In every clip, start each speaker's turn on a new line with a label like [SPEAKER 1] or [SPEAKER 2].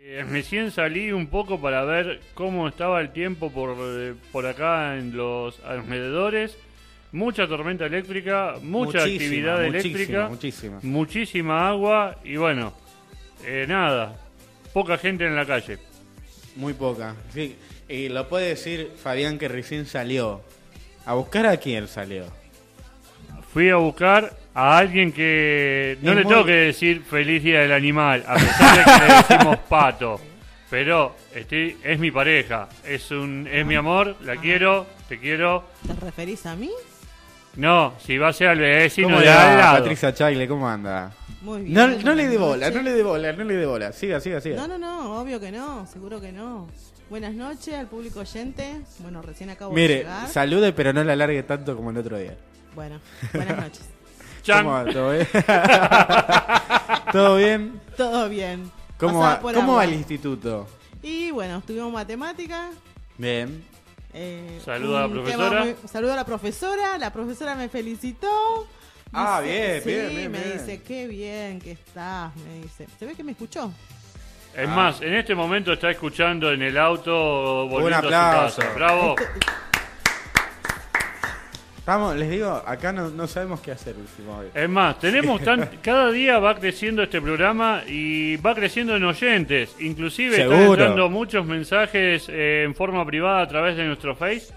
[SPEAKER 1] Eh, recién salí un poco para ver cómo estaba el tiempo por, eh, por acá en los alrededores. Mucha tormenta eléctrica, mucha
[SPEAKER 2] Muchísima,
[SPEAKER 1] actividad
[SPEAKER 2] muchísima,
[SPEAKER 1] eléctrica,
[SPEAKER 2] muchísima.
[SPEAKER 1] muchísima agua y bueno, eh, nada, poca gente en la calle.
[SPEAKER 2] Muy poca. Sí. Y lo puede decir Fabián que recién salió. ¿A buscar a quién salió?
[SPEAKER 1] Fui a buscar a alguien que no
[SPEAKER 2] Es
[SPEAKER 1] le
[SPEAKER 2] muy-
[SPEAKER 1] tengo que decir feliz día del animal, a pesar de que le decimos pato. Pero estoy, es mi pareja, es un, es mi amor, la quiero, te quiero.
[SPEAKER 3] ¿Te referís a mí?
[SPEAKER 1] No, si va a ser al vecino
[SPEAKER 2] ¿Cómo
[SPEAKER 1] de al
[SPEAKER 2] anda
[SPEAKER 1] lado.
[SPEAKER 2] Patricia Chaile? ¿Cómo anda?
[SPEAKER 3] Muy bien.
[SPEAKER 2] No, no le dé
[SPEAKER 3] buenas
[SPEAKER 2] bola, no
[SPEAKER 3] noches.
[SPEAKER 2] le dé bola, no le dé bola. Siga, siga, siga.
[SPEAKER 3] No, no, no, obvio que no, seguro que no. Buenas noches al público oyente. Bueno, recién acabo de
[SPEAKER 2] Mire,
[SPEAKER 3] llegar.
[SPEAKER 2] salude pero no la alargue tanto como el otro día.
[SPEAKER 3] Bueno, buenas noches.
[SPEAKER 1] Chan.
[SPEAKER 2] ¿Cómo va? ¿Todo bien? ¿Todo bien?
[SPEAKER 3] Todo bien.
[SPEAKER 2] ¿Cómo,
[SPEAKER 3] Pasaba
[SPEAKER 2] va,
[SPEAKER 3] por
[SPEAKER 2] ¿cómo
[SPEAKER 3] agua.
[SPEAKER 2] va el instituto?
[SPEAKER 3] Y bueno, tuvimos matemática.
[SPEAKER 2] Bien.
[SPEAKER 3] eh,
[SPEAKER 1] Saluda a la
[SPEAKER 3] un
[SPEAKER 1] profesora.
[SPEAKER 3] tema muy- saludo a la profesora. La profesora me felicitó.
[SPEAKER 2] Ah, bien,
[SPEAKER 3] sí,
[SPEAKER 2] bien, bien,
[SPEAKER 3] me
[SPEAKER 2] bien.
[SPEAKER 3] dice, qué bien que estás. Me dice, se ve que me escuchó.
[SPEAKER 1] Es
[SPEAKER 2] Ah.
[SPEAKER 1] más, en este momento está escuchando en el auto volviendo a su
[SPEAKER 2] aplauso.
[SPEAKER 1] casa. Bravo.
[SPEAKER 2] Estamos, les digo, acá no, no sabemos qué hacer último hoy.
[SPEAKER 1] Es más, tenemos tan, cada día va creciendo este programa y va creciendo en oyentes. Inclusive están
[SPEAKER 2] Seguro.
[SPEAKER 1] entrando muchos mensajes eh, en forma privada a través de nuestro Face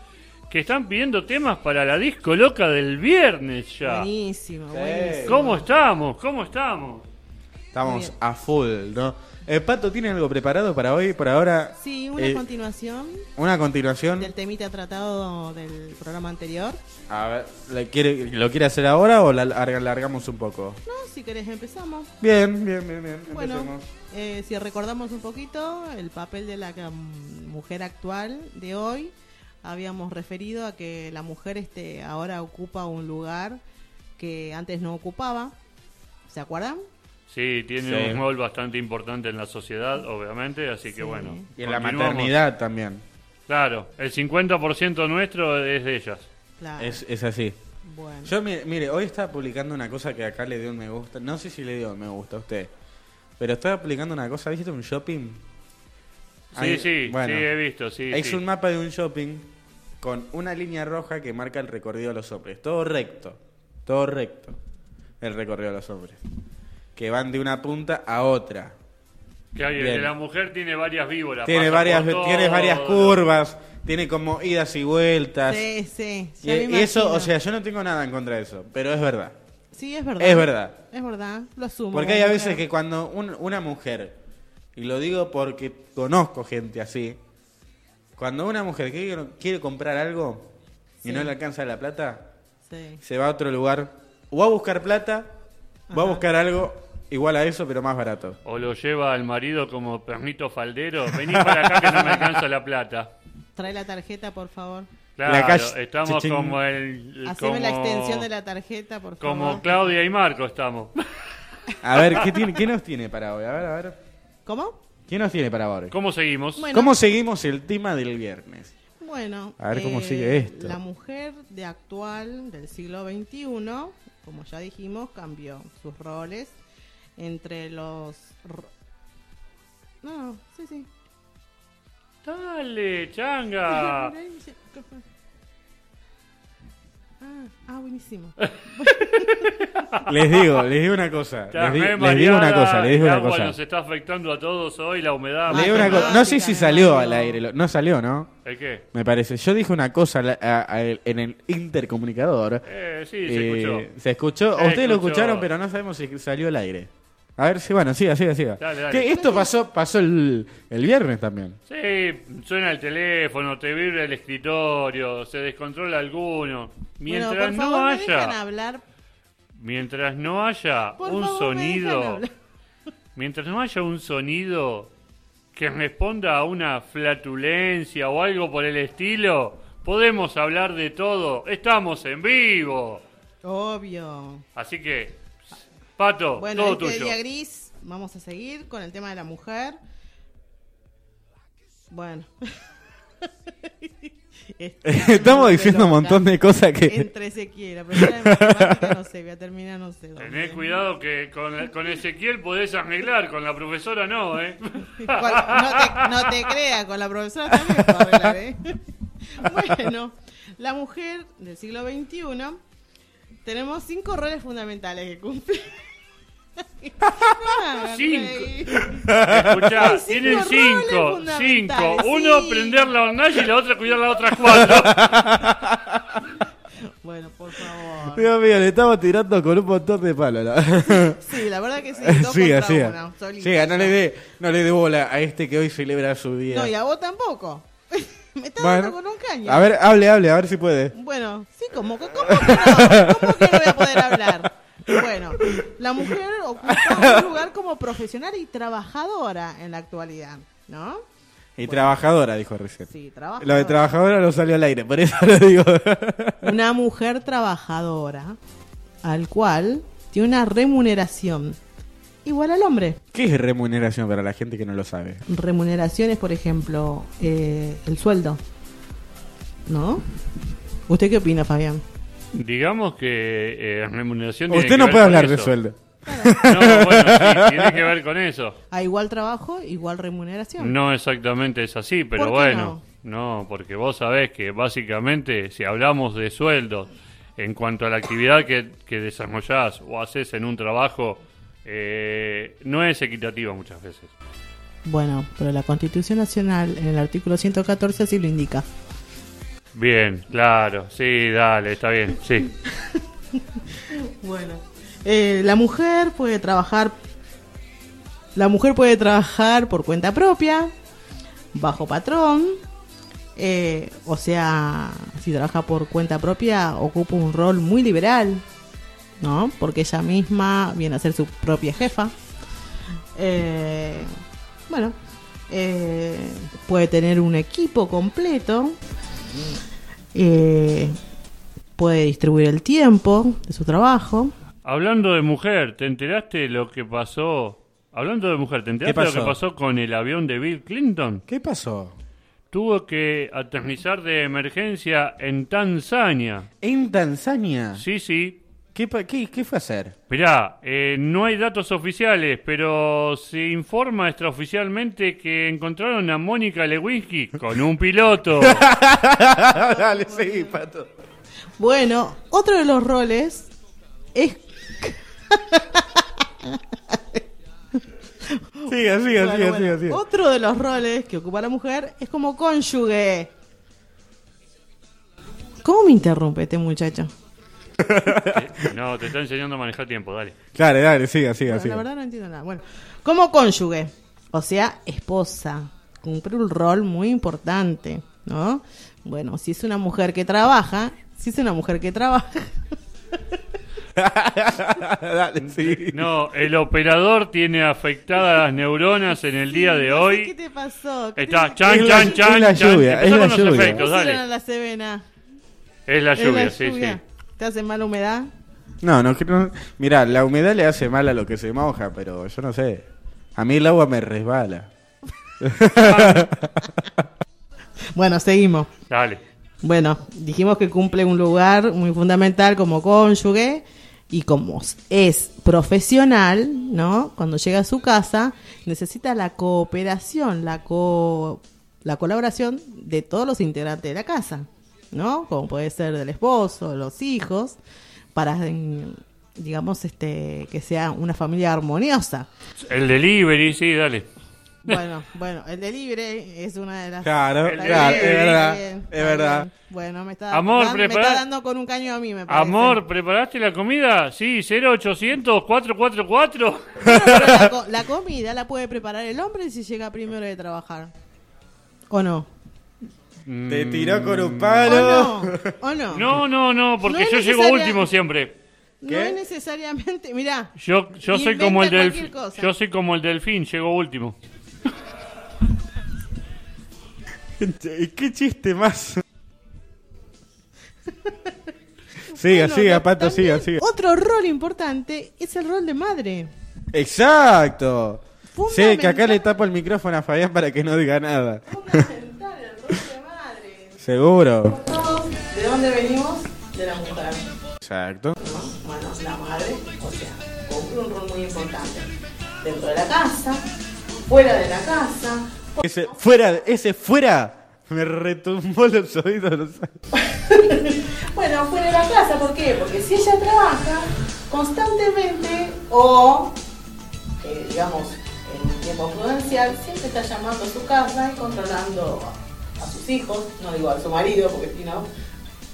[SPEAKER 1] que están pidiendo temas para la disco loca del viernes ya.
[SPEAKER 3] Buenísimo,
[SPEAKER 2] Sí.
[SPEAKER 3] buenísimo.
[SPEAKER 1] ¿Cómo estamos? ¿Cómo estamos?
[SPEAKER 3] Muy
[SPEAKER 2] Estamos
[SPEAKER 3] bien.
[SPEAKER 2] a full, ¿no? Eh, Pato, ¿tiene algo preparado para hoy? Por ahora.
[SPEAKER 3] Sí, una
[SPEAKER 2] eh,
[SPEAKER 3] continuación
[SPEAKER 2] una continuación.
[SPEAKER 3] del temita tratado del programa anterior.
[SPEAKER 2] A ver, ¿le quiere- ¿lo quiere hacer ahora o la larga- largamos un poco?
[SPEAKER 3] No, si querés empezamos.
[SPEAKER 2] Bien, bien, bien, bien.
[SPEAKER 3] Bueno,
[SPEAKER 2] empecemos.
[SPEAKER 3] eh, si recordamos un poquito el papel de la mm, mujer actual de hoy, habíamos referido a que la mujer este, ahora ocupa un lugar que antes no ocupaba. ¿Se acuerdan?
[SPEAKER 1] Sí, tiene
[SPEAKER 2] Sí.
[SPEAKER 1] un rol bastante importante en la sociedad, obviamente, así que
[SPEAKER 3] Sí.
[SPEAKER 1] bueno.
[SPEAKER 2] Y en la
[SPEAKER 1] continuamos.
[SPEAKER 2] maternidad también.
[SPEAKER 1] Claro, el 50% nuestro es de ellas.
[SPEAKER 3] Claro.
[SPEAKER 2] Es, es así.
[SPEAKER 3] Bueno.
[SPEAKER 2] Yo, mire, mire, hoy estaba publicando una cosa que acá le dio un me gusta. No sé si le dio un me gusta a usted. Pero estaba publicando una cosa, ¿viste? Un shopping.
[SPEAKER 1] Sí,
[SPEAKER 2] Ahí-
[SPEAKER 1] sí,
[SPEAKER 2] bueno.
[SPEAKER 1] sí, he visto, sí.
[SPEAKER 2] es
[SPEAKER 1] sí.
[SPEAKER 2] un mapa de un shopping con una línea roja que marca el recorrido de los hombres. Todo recto. Todo recto. El recorrido de los hombres. Que van de una punta a otra.
[SPEAKER 1] Que hay-
[SPEAKER 2] Bien.
[SPEAKER 1] que la mujer tiene varias víboras.
[SPEAKER 2] Tiene
[SPEAKER 1] pasa
[SPEAKER 2] varias,
[SPEAKER 1] por todo.
[SPEAKER 2] tiene varias curvas. Tiene como idas y vueltas.
[SPEAKER 3] Sí, sí.
[SPEAKER 2] Y,
[SPEAKER 3] ya me
[SPEAKER 2] y eso,
[SPEAKER 3] imagino.
[SPEAKER 2] o sea, yo no tengo nada en contra de eso. Pero es verdad.
[SPEAKER 3] Sí, es verdad.
[SPEAKER 2] es verdad.
[SPEAKER 3] Es verdad, lo asumo.
[SPEAKER 2] Porque hay a
[SPEAKER 3] como
[SPEAKER 2] veces que
[SPEAKER 3] mujer.
[SPEAKER 2] cuando un- una mujer, y lo digo porque conozco gente así, cuando una mujer quiere, quiere comprar algo y
[SPEAKER 3] Sí.
[SPEAKER 2] no le alcanza la plata,
[SPEAKER 3] Sí.
[SPEAKER 2] se va a otro lugar, o va a buscar plata, va a buscar algo igual a eso, pero más barato.
[SPEAKER 1] O lo lleva al marido como perrito faldero. Vení para acá que no me alcanza la plata.
[SPEAKER 3] Trae la tarjeta, por favor.
[SPEAKER 1] Claro,
[SPEAKER 2] La calle-
[SPEAKER 1] estamos
[SPEAKER 2] chichín.
[SPEAKER 1] como el.
[SPEAKER 3] Haceme la
[SPEAKER 1] como-
[SPEAKER 3] extensión de la tarjeta, por favor.
[SPEAKER 1] Como Claudia y Marco estamos.
[SPEAKER 2] A ver, ¿qué, tiene, qué nos tiene para hoy? A ver, a ver.
[SPEAKER 3] ¿Cómo?
[SPEAKER 2] ¿Qué nos tiene para hoy?
[SPEAKER 1] ¿Cómo seguimos?
[SPEAKER 3] Bueno.
[SPEAKER 2] ¿Cómo seguimos el tema del viernes?
[SPEAKER 3] Bueno, eh,
[SPEAKER 2] A ver cómo sigue esto.
[SPEAKER 3] La mujer de actual del siglo XXI, como ya dijimos, cambió sus roles entre los. ro- No, sí, sí.
[SPEAKER 1] Dale, changa.
[SPEAKER 3] Ah, ah, buenísimo.
[SPEAKER 2] Les digo, les digo una cosa. Les, di-
[SPEAKER 1] Changé,
[SPEAKER 2] les digo una
[SPEAKER 1] mareada,
[SPEAKER 2] cosa, les
[SPEAKER 1] el
[SPEAKER 2] digo una
[SPEAKER 1] agua
[SPEAKER 2] cosa.
[SPEAKER 1] nos está afectando a todos hoy, la humedad.
[SPEAKER 2] Les digo una cosa. No sé si salió al aire, lo- no salió, ¿no?
[SPEAKER 1] ¿El qué?
[SPEAKER 2] Me parece. Yo dije una cosa la- a- a- en el intercomunicador.
[SPEAKER 1] Eh, sí, se
[SPEAKER 2] Eh,
[SPEAKER 1] escuchó.
[SPEAKER 2] se escuchó.
[SPEAKER 1] Se
[SPEAKER 2] Ustedes lo
[SPEAKER 1] escuchó.
[SPEAKER 2] escucharon, pero no sabemos si salió al aire. A ver si, bueno, siga, siga, siga.
[SPEAKER 1] Dale, dale.
[SPEAKER 2] Que esto pasó pasó el, el viernes también.
[SPEAKER 1] Sí, suena el teléfono, te vibra el escritorio, se descontrola alguno. Mientras
[SPEAKER 3] bueno, por favor,
[SPEAKER 1] no
[SPEAKER 3] me dejan
[SPEAKER 1] haya,
[SPEAKER 3] hablar.
[SPEAKER 1] mientras no haya
[SPEAKER 3] Por
[SPEAKER 1] un
[SPEAKER 3] favor, me dejan
[SPEAKER 1] sonido,
[SPEAKER 3] hablar.
[SPEAKER 1] mientras no haya un sonido que responda a una flatulencia o algo por el estilo, podemos hablar de todo. Estamos en vivo,
[SPEAKER 3] Obvio.
[SPEAKER 1] así que pato,
[SPEAKER 3] Bueno,
[SPEAKER 1] todo
[SPEAKER 3] este
[SPEAKER 1] tuyo.
[SPEAKER 3] día gris, vamos a seguir con el tema de la mujer. Bueno. Este,
[SPEAKER 4] Estamos
[SPEAKER 3] de
[SPEAKER 4] diciendo un
[SPEAKER 3] loca.
[SPEAKER 4] montón de cosas que...
[SPEAKER 3] Entre se quiera, pero ya de matemática no sé, voy a terminar no sé dónde.
[SPEAKER 1] Tenés cuidado que con, la- con Ezequiel podés arreglar, con la profesora no, ¿eh?
[SPEAKER 3] ¿Cuál? No te, no te creas, con la profesora también puedo arreglar, ¿eh? Bueno, la mujer del siglo XXI, tenemos cinco roles fundamentales que cumplir. Ah,
[SPEAKER 1] Cinco.
[SPEAKER 3] rey.
[SPEAKER 1] Escuchá,
[SPEAKER 3] Hay cinco
[SPEAKER 1] tienen
[SPEAKER 3] roles
[SPEAKER 1] cinco, cinco.
[SPEAKER 3] fundamentales,
[SPEAKER 1] Uno
[SPEAKER 3] sí.
[SPEAKER 1] prender la hornalla y la otra cuidar las otras cuatro.
[SPEAKER 3] Bueno, por favor.
[SPEAKER 4] Dios mío, le estamos tirando con un montón de palos. la-
[SPEAKER 3] Sí, la verdad que sí, dos
[SPEAKER 4] Siga,
[SPEAKER 3] contra
[SPEAKER 4] siga.
[SPEAKER 3] uno, solita.
[SPEAKER 2] Siga, no le dé no le dé bola a este que hoy celebra su día.
[SPEAKER 3] No, y a vos tampoco. Me estás dando con un caño.
[SPEAKER 4] a ver, hable, hable, a ver si puede.
[SPEAKER 3] Bueno, sí, como que- ¿cómo, que no? ¿Cómo que no voy a poder hablar? Bueno, la mujer ocupa un lugar como profesional y trabajadora en la actualidad, ¿no?
[SPEAKER 2] Y trabajadora, dijo recién.
[SPEAKER 3] Sí, trabaja.
[SPEAKER 4] Lo de trabajadora no salió al aire, por eso lo digo.
[SPEAKER 3] Una mujer trabajadora al cual tiene una remuneración igual al hombre.
[SPEAKER 2] ¿Qué es remuneración para la gente que no lo sabe?
[SPEAKER 3] Remuneraciones, por ejemplo, eh, el sueldo, ¿no? ¿Usted qué opina, Fabián?
[SPEAKER 1] Digamos que eh, remuneración tiene
[SPEAKER 4] Usted
[SPEAKER 1] que
[SPEAKER 4] no
[SPEAKER 1] ver
[SPEAKER 4] puede
[SPEAKER 1] con
[SPEAKER 4] hablar de
[SPEAKER 1] eso.
[SPEAKER 4] sueldo.
[SPEAKER 1] No, bueno, sí, tiene que ver con eso.
[SPEAKER 3] A Ah, igual trabajo, igual remuneración.
[SPEAKER 1] No exactamente es así, pero
[SPEAKER 3] ¿Por qué
[SPEAKER 1] bueno. No? porque vos sabés que básicamente si hablamos de sueldos en cuanto a la actividad que, que desarrollás o haces en un trabajo, eh, no es equitativa muchas veces.
[SPEAKER 3] Bueno, pero la Constitución Nacional en el artículo 114 así lo indica.
[SPEAKER 1] Bien, claro, sí, dale, está bien, sí.
[SPEAKER 3] Bueno, eh, la mujer puede trabajar, la mujer puede trabajar por cuenta propia, bajo patrón, eh, o sea, si trabaja por cuenta propia ocupa un rol muy liberal, ¿no? Porque ella misma viene a ser su propia jefa. Eh, bueno, eh, puede tener un equipo completo. Eh, puede distribuir el tiempo de su trabajo.
[SPEAKER 1] Hablando de mujer, ¿te enteraste lo que pasó? Hablando de mujer, ¿te enteraste lo
[SPEAKER 2] pasó?
[SPEAKER 1] que pasó con el avión de Bill Clinton?
[SPEAKER 2] ¿Qué pasó?
[SPEAKER 1] Tuvo que aterrizar de emergencia en Tanzania.
[SPEAKER 2] En Tanzania.
[SPEAKER 1] Sí, sí.
[SPEAKER 2] ¿Qué, pa- qué, qué fue a hacer?
[SPEAKER 1] Mirá, eh, no hay datos oficiales, pero se informa extraoficialmente que encontraron a Mónica Lewinsky con un piloto. Eh,
[SPEAKER 4] Ah,
[SPEAKER 2] Dale, seguí, pato.
[SPEAKER 3] Bueno, otro de los roles es
[SPEAKER 4] Siga, siga,
[SPEAKER 3] Bueno,
[SPEAKER 4] siga,
[SPEAKER 3] bueno,
[SPEAKER 4] siga, siga.
[SPEAKER 3] otro de los roles que ocupa la mujer es como cónyuge. ¿Cómo me interrumpe este muchacho?
[SPEAKER 1] no, te está enseñando a manejar tiempo, dale.
[SPEAKER 4] Claro, dale, siga, siga,
[SPEAKER 3] Bueno, la
[SPEAKER 4] siga.
[SPEAKER 3] verdad no entiendo nada. Bueno, como cónyuge, o sea, esposa, cumple un rol muy importante, ¿no? Bueno, si es una mujer que trabaja, si es una mujer que trabaja,
[SPEAKER 4] dale, sí.
[SPEAKER 1] No, el operador tiene afectadas las neuronas en el día de
[SPEAKER 3] No sé ¿qué
[SPEAKER 1] hoy.
[SPEAKER 3] te pasó? ¿Qué
[SPEAKER 1] Está
[SPEAKER 3] te-
[SPEAKER 1] chan,
[SPEAKER 4] Es la-
[SPEAKER 1] chan,
[SPEAKER 4] es
[SPEAKER 1] chan,
[SPEAKER 4] la
[SPEAKER 1] chan.
[SPEAKER 4] lluvia,
[SPEAKER 1] Empezá
[SPEAKER 4] es la
[SPEAKER 1] con los
[SPEAKER 4] lluvia.
[SPEAKER 1] efectos,
[SPEAKER 3] ¿Cómo hicieron a
[SPEAKER 1] dale.
[SPEAKER 3] la Sevena?
[SPEAKER 1] Es la
[SPEAKER 3] Es la
[SPEAKER 1] lluvia, sí, sí.
[SPEAKER 3] lluvia. ¿Te hace mala humedad?
[SPEAKER 2] No, no, que no. Mirá, la humedad le hace mal a lo que se moja, pero yo no sé. A mí el agua me resbala.
[SPEAKER 3] Bueno, seguimos.
[SPEAKER 1] Dale.
[SPEAKER 3] Bueno, dijimos que cumple un lugar muy fundamental como cónyuge y como es profesional, ¿no? Cuando llega a su casa necesita la cooperación, la co- la colaboración de todos los integrantes de la casa, ¿no? Como puede ser del esposo, los hijos, para mm, digamos este que sea una familia armoniosa.
[SPEAKER 1] El delivery, sí, dale.
[SPEAKER 3] Bueno, bueno, el delivery es una de las.
[SPEAKER 4] Claro,
[SPEAKER 3] Está
[SPEAKER 1] claro,
[SPEAKER 3] bien,
[SPEAKER 1] es
[SPEAKER 4] verdad,
[SPEAKER 3] está bien,
[SPEAKER 4] es
[SPEAKER 3] está
[SPEAKER 4] verdad.
[SPEAKER 3] bien. Bueno, me está,
[SPEAKER 1] Amor,
[SPEAKER 3] dan- me está
[SPEAKER 1] prepara-
[SPEAKER 3] dando con un caño a mí, me parece.
[SPEAKER 1] Amor, ¿preparaste la comida? Sí, 0800 444.
[SPEAKER 3] Bueno, pero la, co- la comida la puede preparar el hombre si llega primero de trabajar. ¿O no?
[SPEAKER 4] Te tiró con un
[SPEAKER 3] ¿O
[SPEAKER 4] palo.
[SPEAKER 2] Oh,
[SPEAKER 3] no? ¿O no?
[SPEAKER 1] No, no, no, porque
[SPEAKER 3] No es
[SPEAKER 1] yo llego
[SPEAKER 3] necesaria-
[SPEAKER 1] último siempre.
[SPEAKER 3] No
[SPEAKER 4] ¿Qué?
[SPEAKER 3] es necesariamente. Mirá,
[SPEAKER 1] Yo, yo soy
[SPEAKER 3] Inventa
[SPEAKER 1] como el
[SPEAKER 3] cualquier
[SPEAKER 1] delfín.
[SPEAKER 3] cosa.
[SPEAKER 1] Yo soy como el delfín, llego último.
[SPEAKER 4] ¿Qué chiste más? siga,
[SPEAKER 3] bueno,
[SPEAKER 4] siga,
[SPEAKER 3] la-
[SPEAKER 4] pato, siga,
[SPEAKER 3] también
[SPEAKER 4] siga.
[SPEAKER 3] Otro rol importante es el rol de madre.
[SPEAKER 2] Exacto. Sí, que acá
[SPEAKER 3] Fundamental.
[SPEAKER 2] le tapo el micrófono a Fabián para que no diga nada.
[SPEAKER 3] Fundamental el rol de madre.
[SPEAKER 2] Seguro.
[SPEAKER 3] ¿De dónde venimos? De la mujer.
[SPEAKER 2] Exacto.
[SPEAKER 3] ¿no? Bueno, la madre, o sea, cumple un rol muy importante. Dentro de la casa, fuera de la casa,
[SPEAKER 2] Ese fuera, ese fuera. Me retumbó los oídos. los-
[SPEAKER 3] Bueno, fuera de la casa, ¿por qué? Porque si ella trabaja constantemente o, eh, digamos, en tiempo prudencial, siempre está llamando a su casa y controlando a sus hijos, no digo a su marido, porque si no,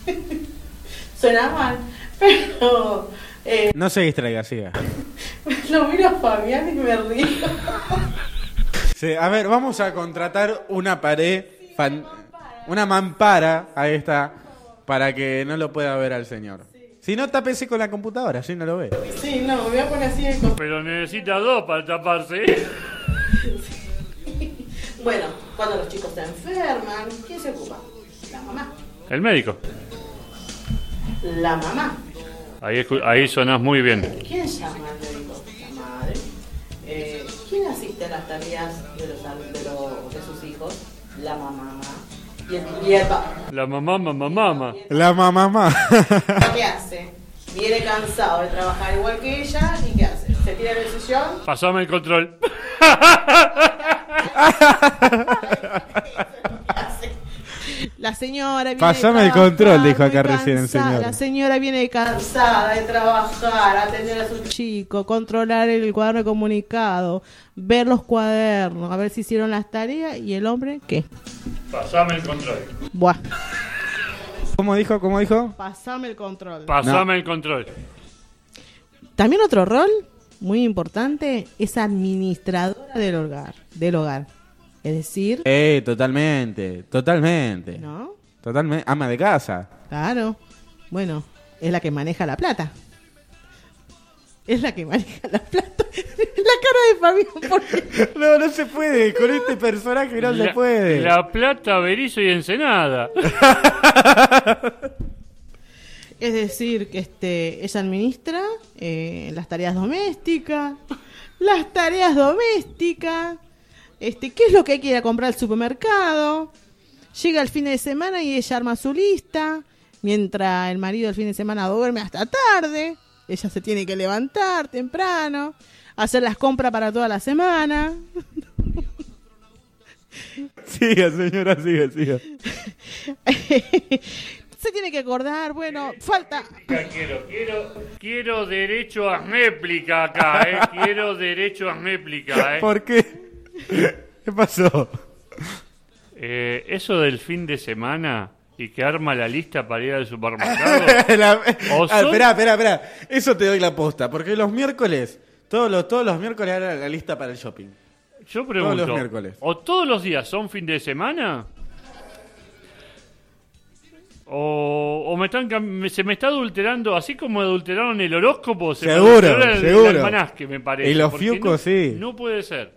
[SPEAKER 3] suena mal, pero eh,
[SPEAKER 2] No se distraiga, siga.
[SPEAKER 3] lo miro a Fabián y me río.
[SPEAKER 2] Sí, a ver, vamos a contratar una pared, fan- una mampara, ahí está, para que no lo pueda ver al señor. Si no, tápese con la computadora, así no lo ve.
[SPEAKER 3] Sí, no, me voy a poner así de costado.
[SPEAKER 1] Pero necesita dos para taparse.
[SPEAKER 3] Bueno, cuando los chicos se enferman, ¿quién se ocupa? La mamá.
[SPEAKER 1] El médico.
[SPEAKER 3] La mamá.
[SPEAKER 1] Ahí, escu- ahí sonás muy bien.
[SPEAKER 3] ¿Quién llama al médico? La madre. Eh, ¿Quién asiste a las tareas de, los, al- de, los- de sus hijos? La mamá. Y el, y el papá.
[SPEAKER 1] La mamá, mamá, mamá.
[SPEAKER 2] La mamá. ma.
[SPEAKER 3] ¿Qué hace? Viene cansado de trabajar igual que ella y ¿qué hace? Se tira en el sillón.
[SPEAKER 1] Pasame el control.
[SPEAKER 3] ¿Qué hace? La señora viene.
[SPEAKER 2] Pasame
[SPEAKER 3] de
[SPEAKER 2] el control,
[SPEAKER 3] trabajar,
[SPEAKER 2] dijo acá
[SPEAKER 3] muy
[SPEAKER 2] recién el
[SPEAKER 3] cansa-
[SPEAKER 2] señor.
[SPEAKER 3] La señora viene cansada de trabajar, atender a su chico, controlar el cuaderno de comunicado, ver los cuadernos, a ver si hicieron las tareas. ¿Y el hombre qué?
[SPEAKER 1] Pasame el control.
[SPEAKER 3] Buah.
[SPEAKER 2] ¿Cómo dijo? ¿Cómo dijo?
[SPEAKER 3] Pasame el control.
[SPEAKER 1] Pasame el control.
[SPEAKER 3] También otro rol muy importante es administradora del hogar, del hogar. Es decir,
[SPEAKER 2] Eh, totalmente, totalmente.
[SPEAKER 3] ¿no?
[SPEAKER 2] Totalmente, ama de casa.
[SPEAKER 3] Claro. Bueno, es la que maneja la plata. Es la que maneja la plata. la cara de Fabián. porque-
[SPEAKER 2] No, no se puede, con este personaje no se
[SPEAKER 1] La-
[SPEAKER 2] puede.
[SPEAKER 1] La Plata, Berizo y Ensenada.
[SPEAKER 3] Es decir, que este, ella administra eh, las tareas domésticas. Las tareas domésticas. Este, ¿Qué es lo que hay que ir a comprar al supermercado? Llega el fin de semana y ella arma su lista, mientras el marido el fin de semana duerme hasta tarde, ella se tiene que levantar temprano, hacer las compras para toda la semana.
[SPEAKER 2] Siga, señora, siga, siga.
[SPEAKER 3] se tiene que acordar, bueno, falta...
[SPEAKER 1] Quiero, quiero, quiero derecho a réplica acá, eh. Quiero derecho a réplica, eh.
[SPEAKER 2] ¿Por qué? ¿Qué pasó?
[SPEAKER 1] Eh, Eso del fin de semana y que arma la lista para ir al supermercado.
[SPEAKER 2] La-
[SPEAKER 1] O
[SPEAKER 2] Ah,
[SPEAKER 1] son-
[SPEAKER 2] Esperá, esperá, esperá. Eso te doy la posta. Porque los miércoles, todos los, todos los miércoles era la lista para el shopping.
[SPEAKER 1] Yo pregunto,
[SPEAKER 2] los miércoles.
[SPEAKER 1] ¿o todos los días son fin de semana? ¿O, o me están, cam- me- se me está adulterando, así como adulteraron el horóscopo? Se me
[SPEAKER 2] Seguro,
[SPEAKER 1] adulteraron el-
[SPEAKER 2] seguro.
[SPEAKER 1] el almanaque, me parece.
[SPEAKER 2] Y los
[SPEAKER 1] porque
[SPEAKER 2] fiucos,
[SPEAKER 1] no-
[SPEAKER 2] sí.
[SPEAKER 1] No puede ser.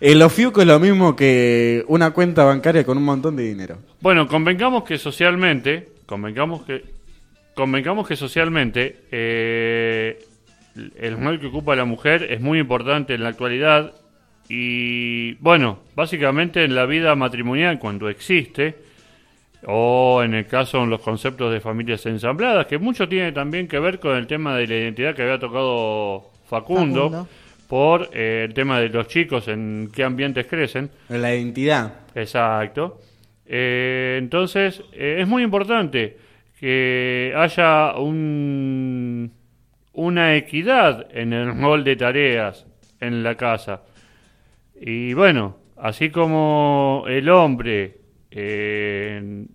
[SPEAKER 2] El ofiuco es lo mismo que una cuenta bancaria con un montón de dinero.
[SPEAKER 1] Bueno, convengamos que socialmente, convengamos que, convengamos que socialmente, eh, el rol que ocupa la mujer es muy importante en la actualidad y, bueno, básicamente en la vida matrimonial cuando existe, o en el caso en los conceptos de familias ensambladas, que mucho tiene también que ver con el tema de la identidad que había tocado Facundo,
[SPEAKER 3] Facundo.
[SPEAKER 1] por eh, el tema de los chicos, en qué ambientes crecen.
[SPEAKER 2] La identidad.
[SPEAKER 1] Exacto. Eh, entonces, eh, es muy importante que haya un, una equidad en el rol de tareas en la casa. Y bueno, así como el hombre eh,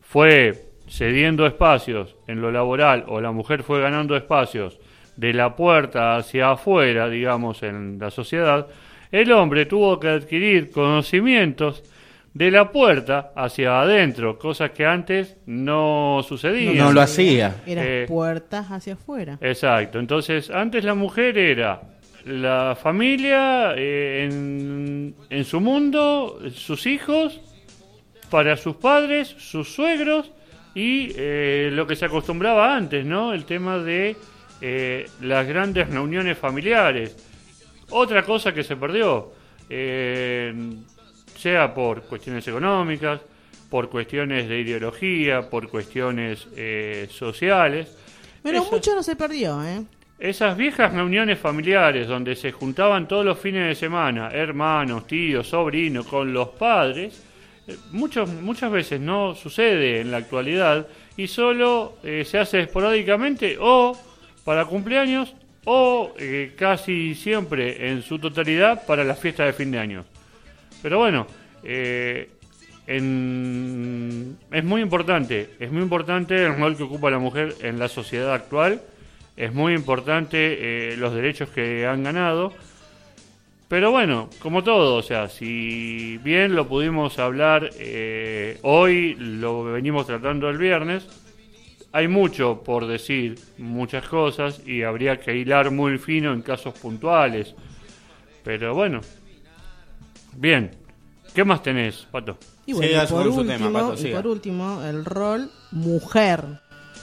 [SPEAKER 1] fue cediendo espacios en lo laboral o la mujer fue ganando espacios de la puerta hacia afuera, digamos, en la sociedad, el hombre tuvo que adquirir conocimientos de la puerta hacia adentro, cosas que antes no sucedían.
[SPEAKER 2] No lo hacía.
[SPEAKER 3] Eran
[SPEAKER 1] Eh.
[SPEAKER 3] puertas hacia afuera.
[SPEAKER 1] Exacto, entonces antes la mujer era la familia eh, en, en su mundo, sus hijos, para sus padres, sus suegros y eh, lo que se acostumbraba antes, ¿no? El tema de eh, las grandes reuniones familiares. Otra cosa que se perdió, eh, sea por cuestiones económicas, por cuestiones de ideología, por cuestiones eh, sociales.
[SPEAKER 3] Bueno,
[SPEAKER 1] Esas-
[SPEAKER 3] mucho no se perdió, ¿eh?
[SPEAKER 1] Esas viejas reuniones familiares donde se juntaban todos los fines de semana, hermanos, tíos, sobrinos, con los padres, eh, muchos- muchas veces no sucede en la actualidad y solo eh, se hace esporádicamente o para cumpleaños o eh, casi siempre en su totalidad para las fiestas de fin de año. Pero bueno, eh, en- es muy importante, es muy importante el rol que ocupa la mujer en la sociedad actual, es muy importante eh, los derechos que han ganado. Pero bueno, como todo, o sea, si bien lo pudimos hablar eh, hoy, lo venimos tratando el viernes, hay mucho por decir, muchas cosas, y habría que hilar muy fino en casos puntuales. Pero bueno, bien, ¿qué más tenés, Pato?
[SPEAKER 5] Sí,
[SPEAKER 3] Y bueno, y
[SPEAKER 5] haz
[SPEAKER 3] por,
[SPEAKER 5] con su
[SPEAKER 3] último,
[SPEAKER 5] tema, Pato,
[SPEAKER 3] y
[SPEAKER 5] siga.
[SPEAKER 3] por último, el rol mujer,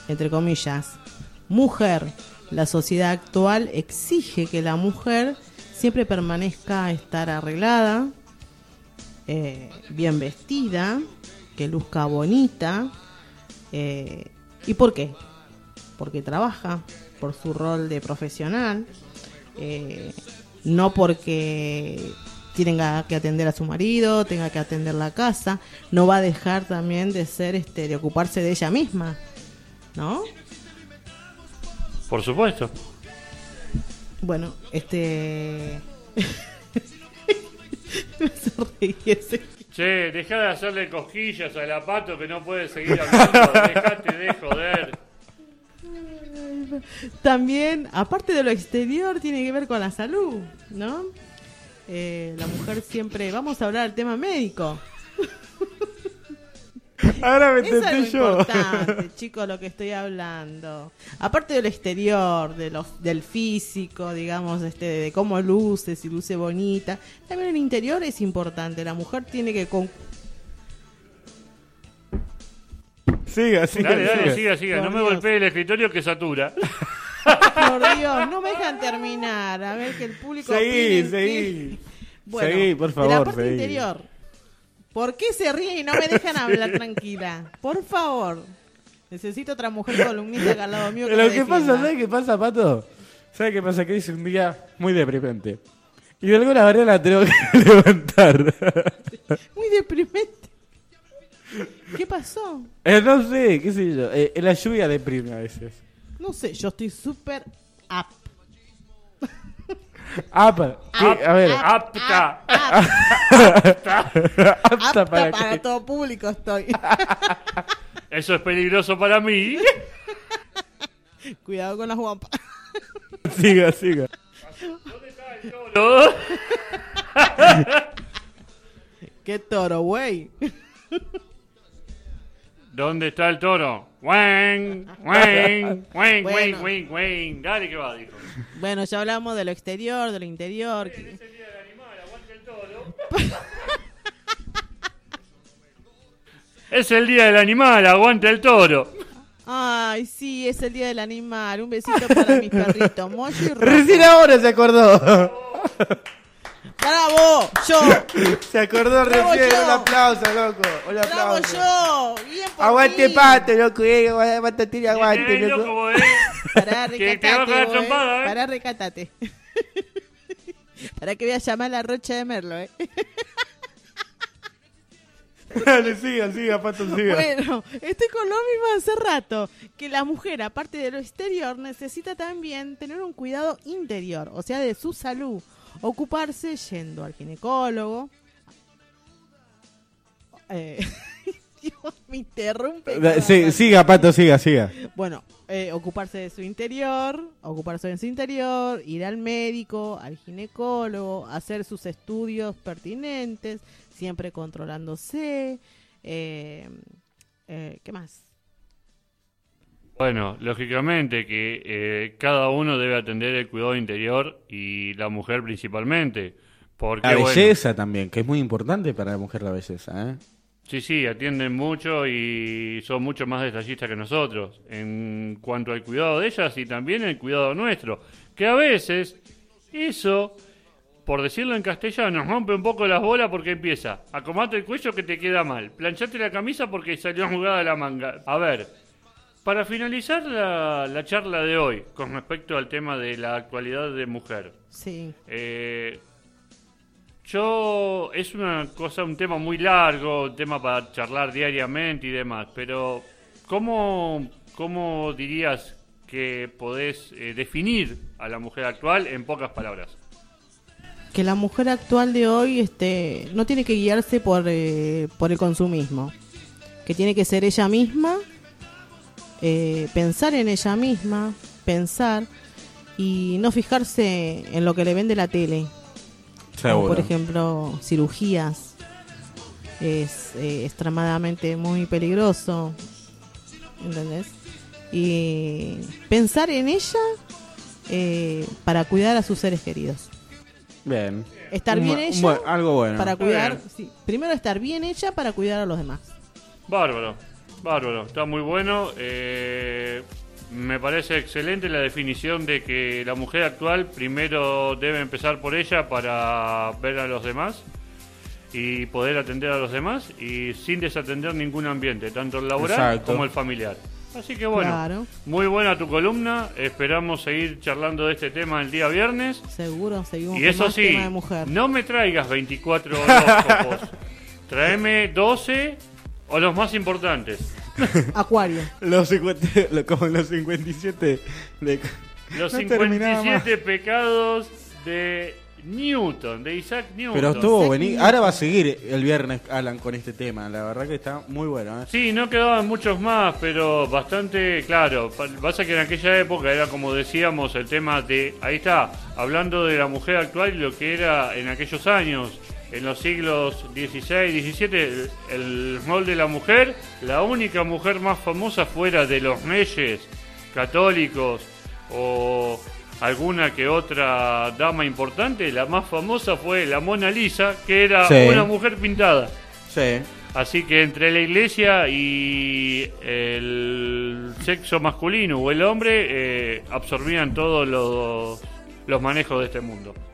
[SPEAKER 3] entre comillas. Mujer. La sociedad actual exige que la mujer siempre permanezca estar arreglada, eh, bien vestida, que luzca bonita. eh, ¿Y por qué? Porque trabaja, por su rol de profesional, eh, no porque tenga que atender a su marido, tenga que atender la casa, no va a dejar también de ser, este, de ocuparse de ella misma, ¿no?
[SPEAKER 1] Por supuesto.
[SPEAKER 3] Bueno, este, me hace reír ese-
[SPEAKER 1] Che, dejá de hacerle cosquillas al apato que no puede seguir hablando. Dejate de joder.
[SPEAKER 3] También, aparte de lo exterior, tiene que ver con la salud, ¿no? Eh, la mujer siempre, vamos a hablar del tema médico.
[SPEAKER 4] Ahora me
[SPEAKER 3] Es algo
[SPEAKER 4] tenté yo.
[SPEAKER 3] importante, chicos, lo que estoy hablando. Aparte del exterior, de los, del físico, digamos, este, de cómo luce, si luce bonita. También el interior es importante. La mujer tiene que con-
[SPEAKER 4] Siga, siga.
[SPEAKER 1] Dale, dale,
[SPEAKER 4] siga.
[SPEAKER 1] siga, siga. No
[SPEAKER 3] Por
[SPEAKER 1] me
[SPEAKER 3] Dios.
[SPEAKER 1] golpee el escritorio que satura.
[SPEAKER 3] Por Dios, no me dejan terminar. A ver que el público.
[SPEAKER 4] Seguí,
[SPEAKER 3] opine,
[SPEAKER 4] seguí.
[SPEAKER 3] sí. Bueno,
[SPEAKER 4] Seguí, por
[SPEAKER 3] De la
[SPEAKER 4] favor,
[SPEAKER 3] parte
[SPEAKER 4] seguí.
[SPEAKER 3] interior. ¿Por qué se ríen y no me dejan hablar tranquila? Por favor. Necesito otra mujer columnista acá al lado mío. Que
[SPEAKER 4] Lo
[SPEAKER 3] me
[SPEAKER 4] que pasa,
[SPEAKER 3] defienda.
[SPEAKER 4] ¿sabes qué pasa, Pato? ¿Sabes qué pasa? Que hice un día muy deprimente. Y de alguna manera la tengo que levantar.
[SPEAKER 3] Muy deprimente. ¿Qué pasó?
[SPEAKER 4] Eh, no sé, qué sé yo. Eh, la lluvia deprime a veces.
[SPEAKER 3] No sé, yo estoy súper up.
[SPEAKER 4] Apa, Ah, ¿qué?
[SPEAKER 3] Ah,
[SPEAKER 4] a ver,
[SPEAKER 1] Apta.
[SPEAKER 4] apta
[SPEAKER 3] Apta
[SPEAKER 4] para
[SPEAKER 3] para,
[SPEAKER 4] qué?
[SPEAKER 3] todo público estoy.
[SPEAKER 1] Eso es peligroso para mí.
[SPEAKER 3] Cuidado con las guampas.
[SPEAKER 4] ah, Siga, siga.
[SPEAKER 3] ah.
[SPEAKER 1] No.
[SPEAKER 3] Qué toro, güey.
[SPEAKER 1] ¿Dónde está el toro? Wang, wang, wang, wang,
[SPEAKER 3] Bueno.
[SPEAKER 1] wang, wang. Dale que va, dijo.
[SPEAKER 3] Bueno, ya hablamos de lo exterior, de lo interior. que-
[SPEAKER 1] el día del animal, aguante el toro. Es el día del animal, aguante el toro.
[SPEAKER 3] Ay, sí, es el día del animal. Un besito para mis perritos. Moshi y Rocco.
[SPEAKER 4] Recién ahora se acordó.
[SPEAKER 3] ¡Bravo! ¡Yo!
[SPEAKER 4] Se acordó
[SPEAKER 3] Bravo
[SPEAKER 4] recién.
[SPEAKER 3] yo.
[SPEAKER 4] Un aplauso, loco. Un
[SPEAKER 3] ¡Bravo
[SPEAKER 4] aplauso.
[SPEAKER 3] yo! ¡Bien por
[SPEAKER 4] Aguante,
[SPEAKER 3] mí!
[SPEAKER 4] pato, loco. eh, Aguante, tira, aguante,
[SPEAKER 1] Eh, loco,
[SPEAKER 4] loco.
[SPEAKER 1] vos, eh.
[SPEAKER 3] Pará,
[SPEAKER 1] Que te va a
[SPEAKER 3] recatate.
[SPEAKER 1] cagar
[SPEAKER 3] vos,
[SPEAKER 1] trompada, ¿eh?
[SPEAKER 3] Pará, recatate. Pará que voy a llamar a la Rocha de Merlo, ¿eh?
[SPEAKER 4] Dale, siga, siga, pato, siga.
[SPEAKER 3] Bueno, estoy con lo mismo hace rato, que la mujer, aparte de lo exterior, necesita también tener un cuidado interior, o sea, de su salud, ocuparse yendo al ginecólogo. Eh, Dios, me interrumpe.
[SPEAKER 4] Da- sí, siga, pato, siga, siga.
[SPEAKER 3] Bueno, eh, ocuparse de su interior, ocuparse de su interior, ir al médico, al ginecólogo, hacer sus estudios pertinentes, siempre controlándose. eh, eh, ¿Qué más?
[SPEAKER 1] Bueno, lógicamente que eh, cada uno debe atender el cuidado interior y la mujer principalmente. Porque,
[SPEAKER 2] La
[SPEAKER 1] bueno,
[SPEAKER 2] belleza también, que es muy importante para la mujer la belleza, ¿eh?
[SPEAKER 1] sí, sí, atienden mucho y son mucho más detallistas que nosotros en cuanto al cuidado de ellas y también el cuidado nuestro. Que a veces eso por decirlo en castellano, nos rompe un poco las bolas porque empieza. Acomate el cuello que te queda mal. Planchate la camisa porque salió jugada la manga. A ver, para finalizar la, la charla de hoy con respecto al tema de la actualidad de mujer.
[SPEAKER 3] Sí.
[SPEAKER 1] Eh, yo es una cosa, un tema muy largo, un tema para charlar diariamente y demás, pero ¿cómo, cómo dirías que podés eh, definir a la mujer actual en pocas palabras?
[SPEAKER 3] que la mujer actual de hoy este, no tiene que guiarse por, eh, por el consumismo, que tiene que ser ella misma, eh, pensar en ella misma, pensar y no fijarse en lo que le vende la tele, como por ejemplo cirugías, es eh, extremadamente muy peligroso, ¿entendés? Y pensar en ella eh, para cuidar a sus seres queridos
[SPEAKER 2] Bien.
[SPEAKER 3] estar
[SPEAKER 2] Un
[SPEAKER 3] bien
[SPEAKER 2] bu- un
[SPEAKER 3] ella
[SPEAKER 2] buen- algo bueno.
[SPEAKER 3] para
[SPEAKER 1] Está
[SPEAKER 3] cuidar
[SPEAKER 1] bien.
[SPEAKER 3] sí, primero estar bien ella para cuidar a los demás
[SPEAKER 1] Bárbaro, bárbaro, está muy bueno. eh, me parece excelente la definición de que la mujer actual primero debe empezar por ella para ver a los demás y poder atender a los demás y sin desatender ningún ambiente, tanto el laboral
[SPEAKER 2] Exacto.
[SPEAKER 1] como el familiar. Así que bueno,
[SPEAKER 3] Claro.
[SPEAKER 1] muy buena tu columna, esperamos seguir charlando de este tema el día viernes.
[SPEAKER 3] seguro seguimos
[SPEAKER 1] Y
[SPEAKER 3] con
[SPEAKER 1] eso
[SPEAKER 3] más
[SPEAKER 1] sí,
[SPEAKER 3] tema de mujer
[SPEAKER 1] no me traigas 24 horóscopos. Tráeme 12 o los más importantes.
[SPEAKER 3] acuario
[SPEAKER 2] Los 50, lo- como los 57 de...
[SPEAKER 1] Los
[SPEAKER 2] No terminaba más.
[SPEAKER 1] 57 pecados de Newton, de Isaac Newton.
[SPEAKER 2] Pero estuvo
[SPEAKER 3] Sex
[SPEAKER 2] buenísimo.
[SPEAKER 3] News.
[SPEAKER 2] Ahora va a seguir el viernes Alan con este tema. La verdad que está muy bueno. ¿eh?
[SPEAKER 1] Sí, no quedaban muchos más, pero bastante claro. Pa- Pasa que en aquella época era como decíamos el tema de, ahí está, hablando de la mujer actual y lo que era en aquellos años, en los siglos XVI y XVII, el, el rol de la mujer, la única mujer más famosa fuera de los reyes católicos o alguna que otra dama importante, la más famosa fue la Mona Lisa, que era
[SPEAKER 2] Sí.
[SPEAKER 1] una mujer pintada.
[SPEAKER 2] Sí.
[SPEAKER 1] Así que entre la iglesia y el sexo masculino o el hombre eh, absorbían todos los, los manejos de este mundo.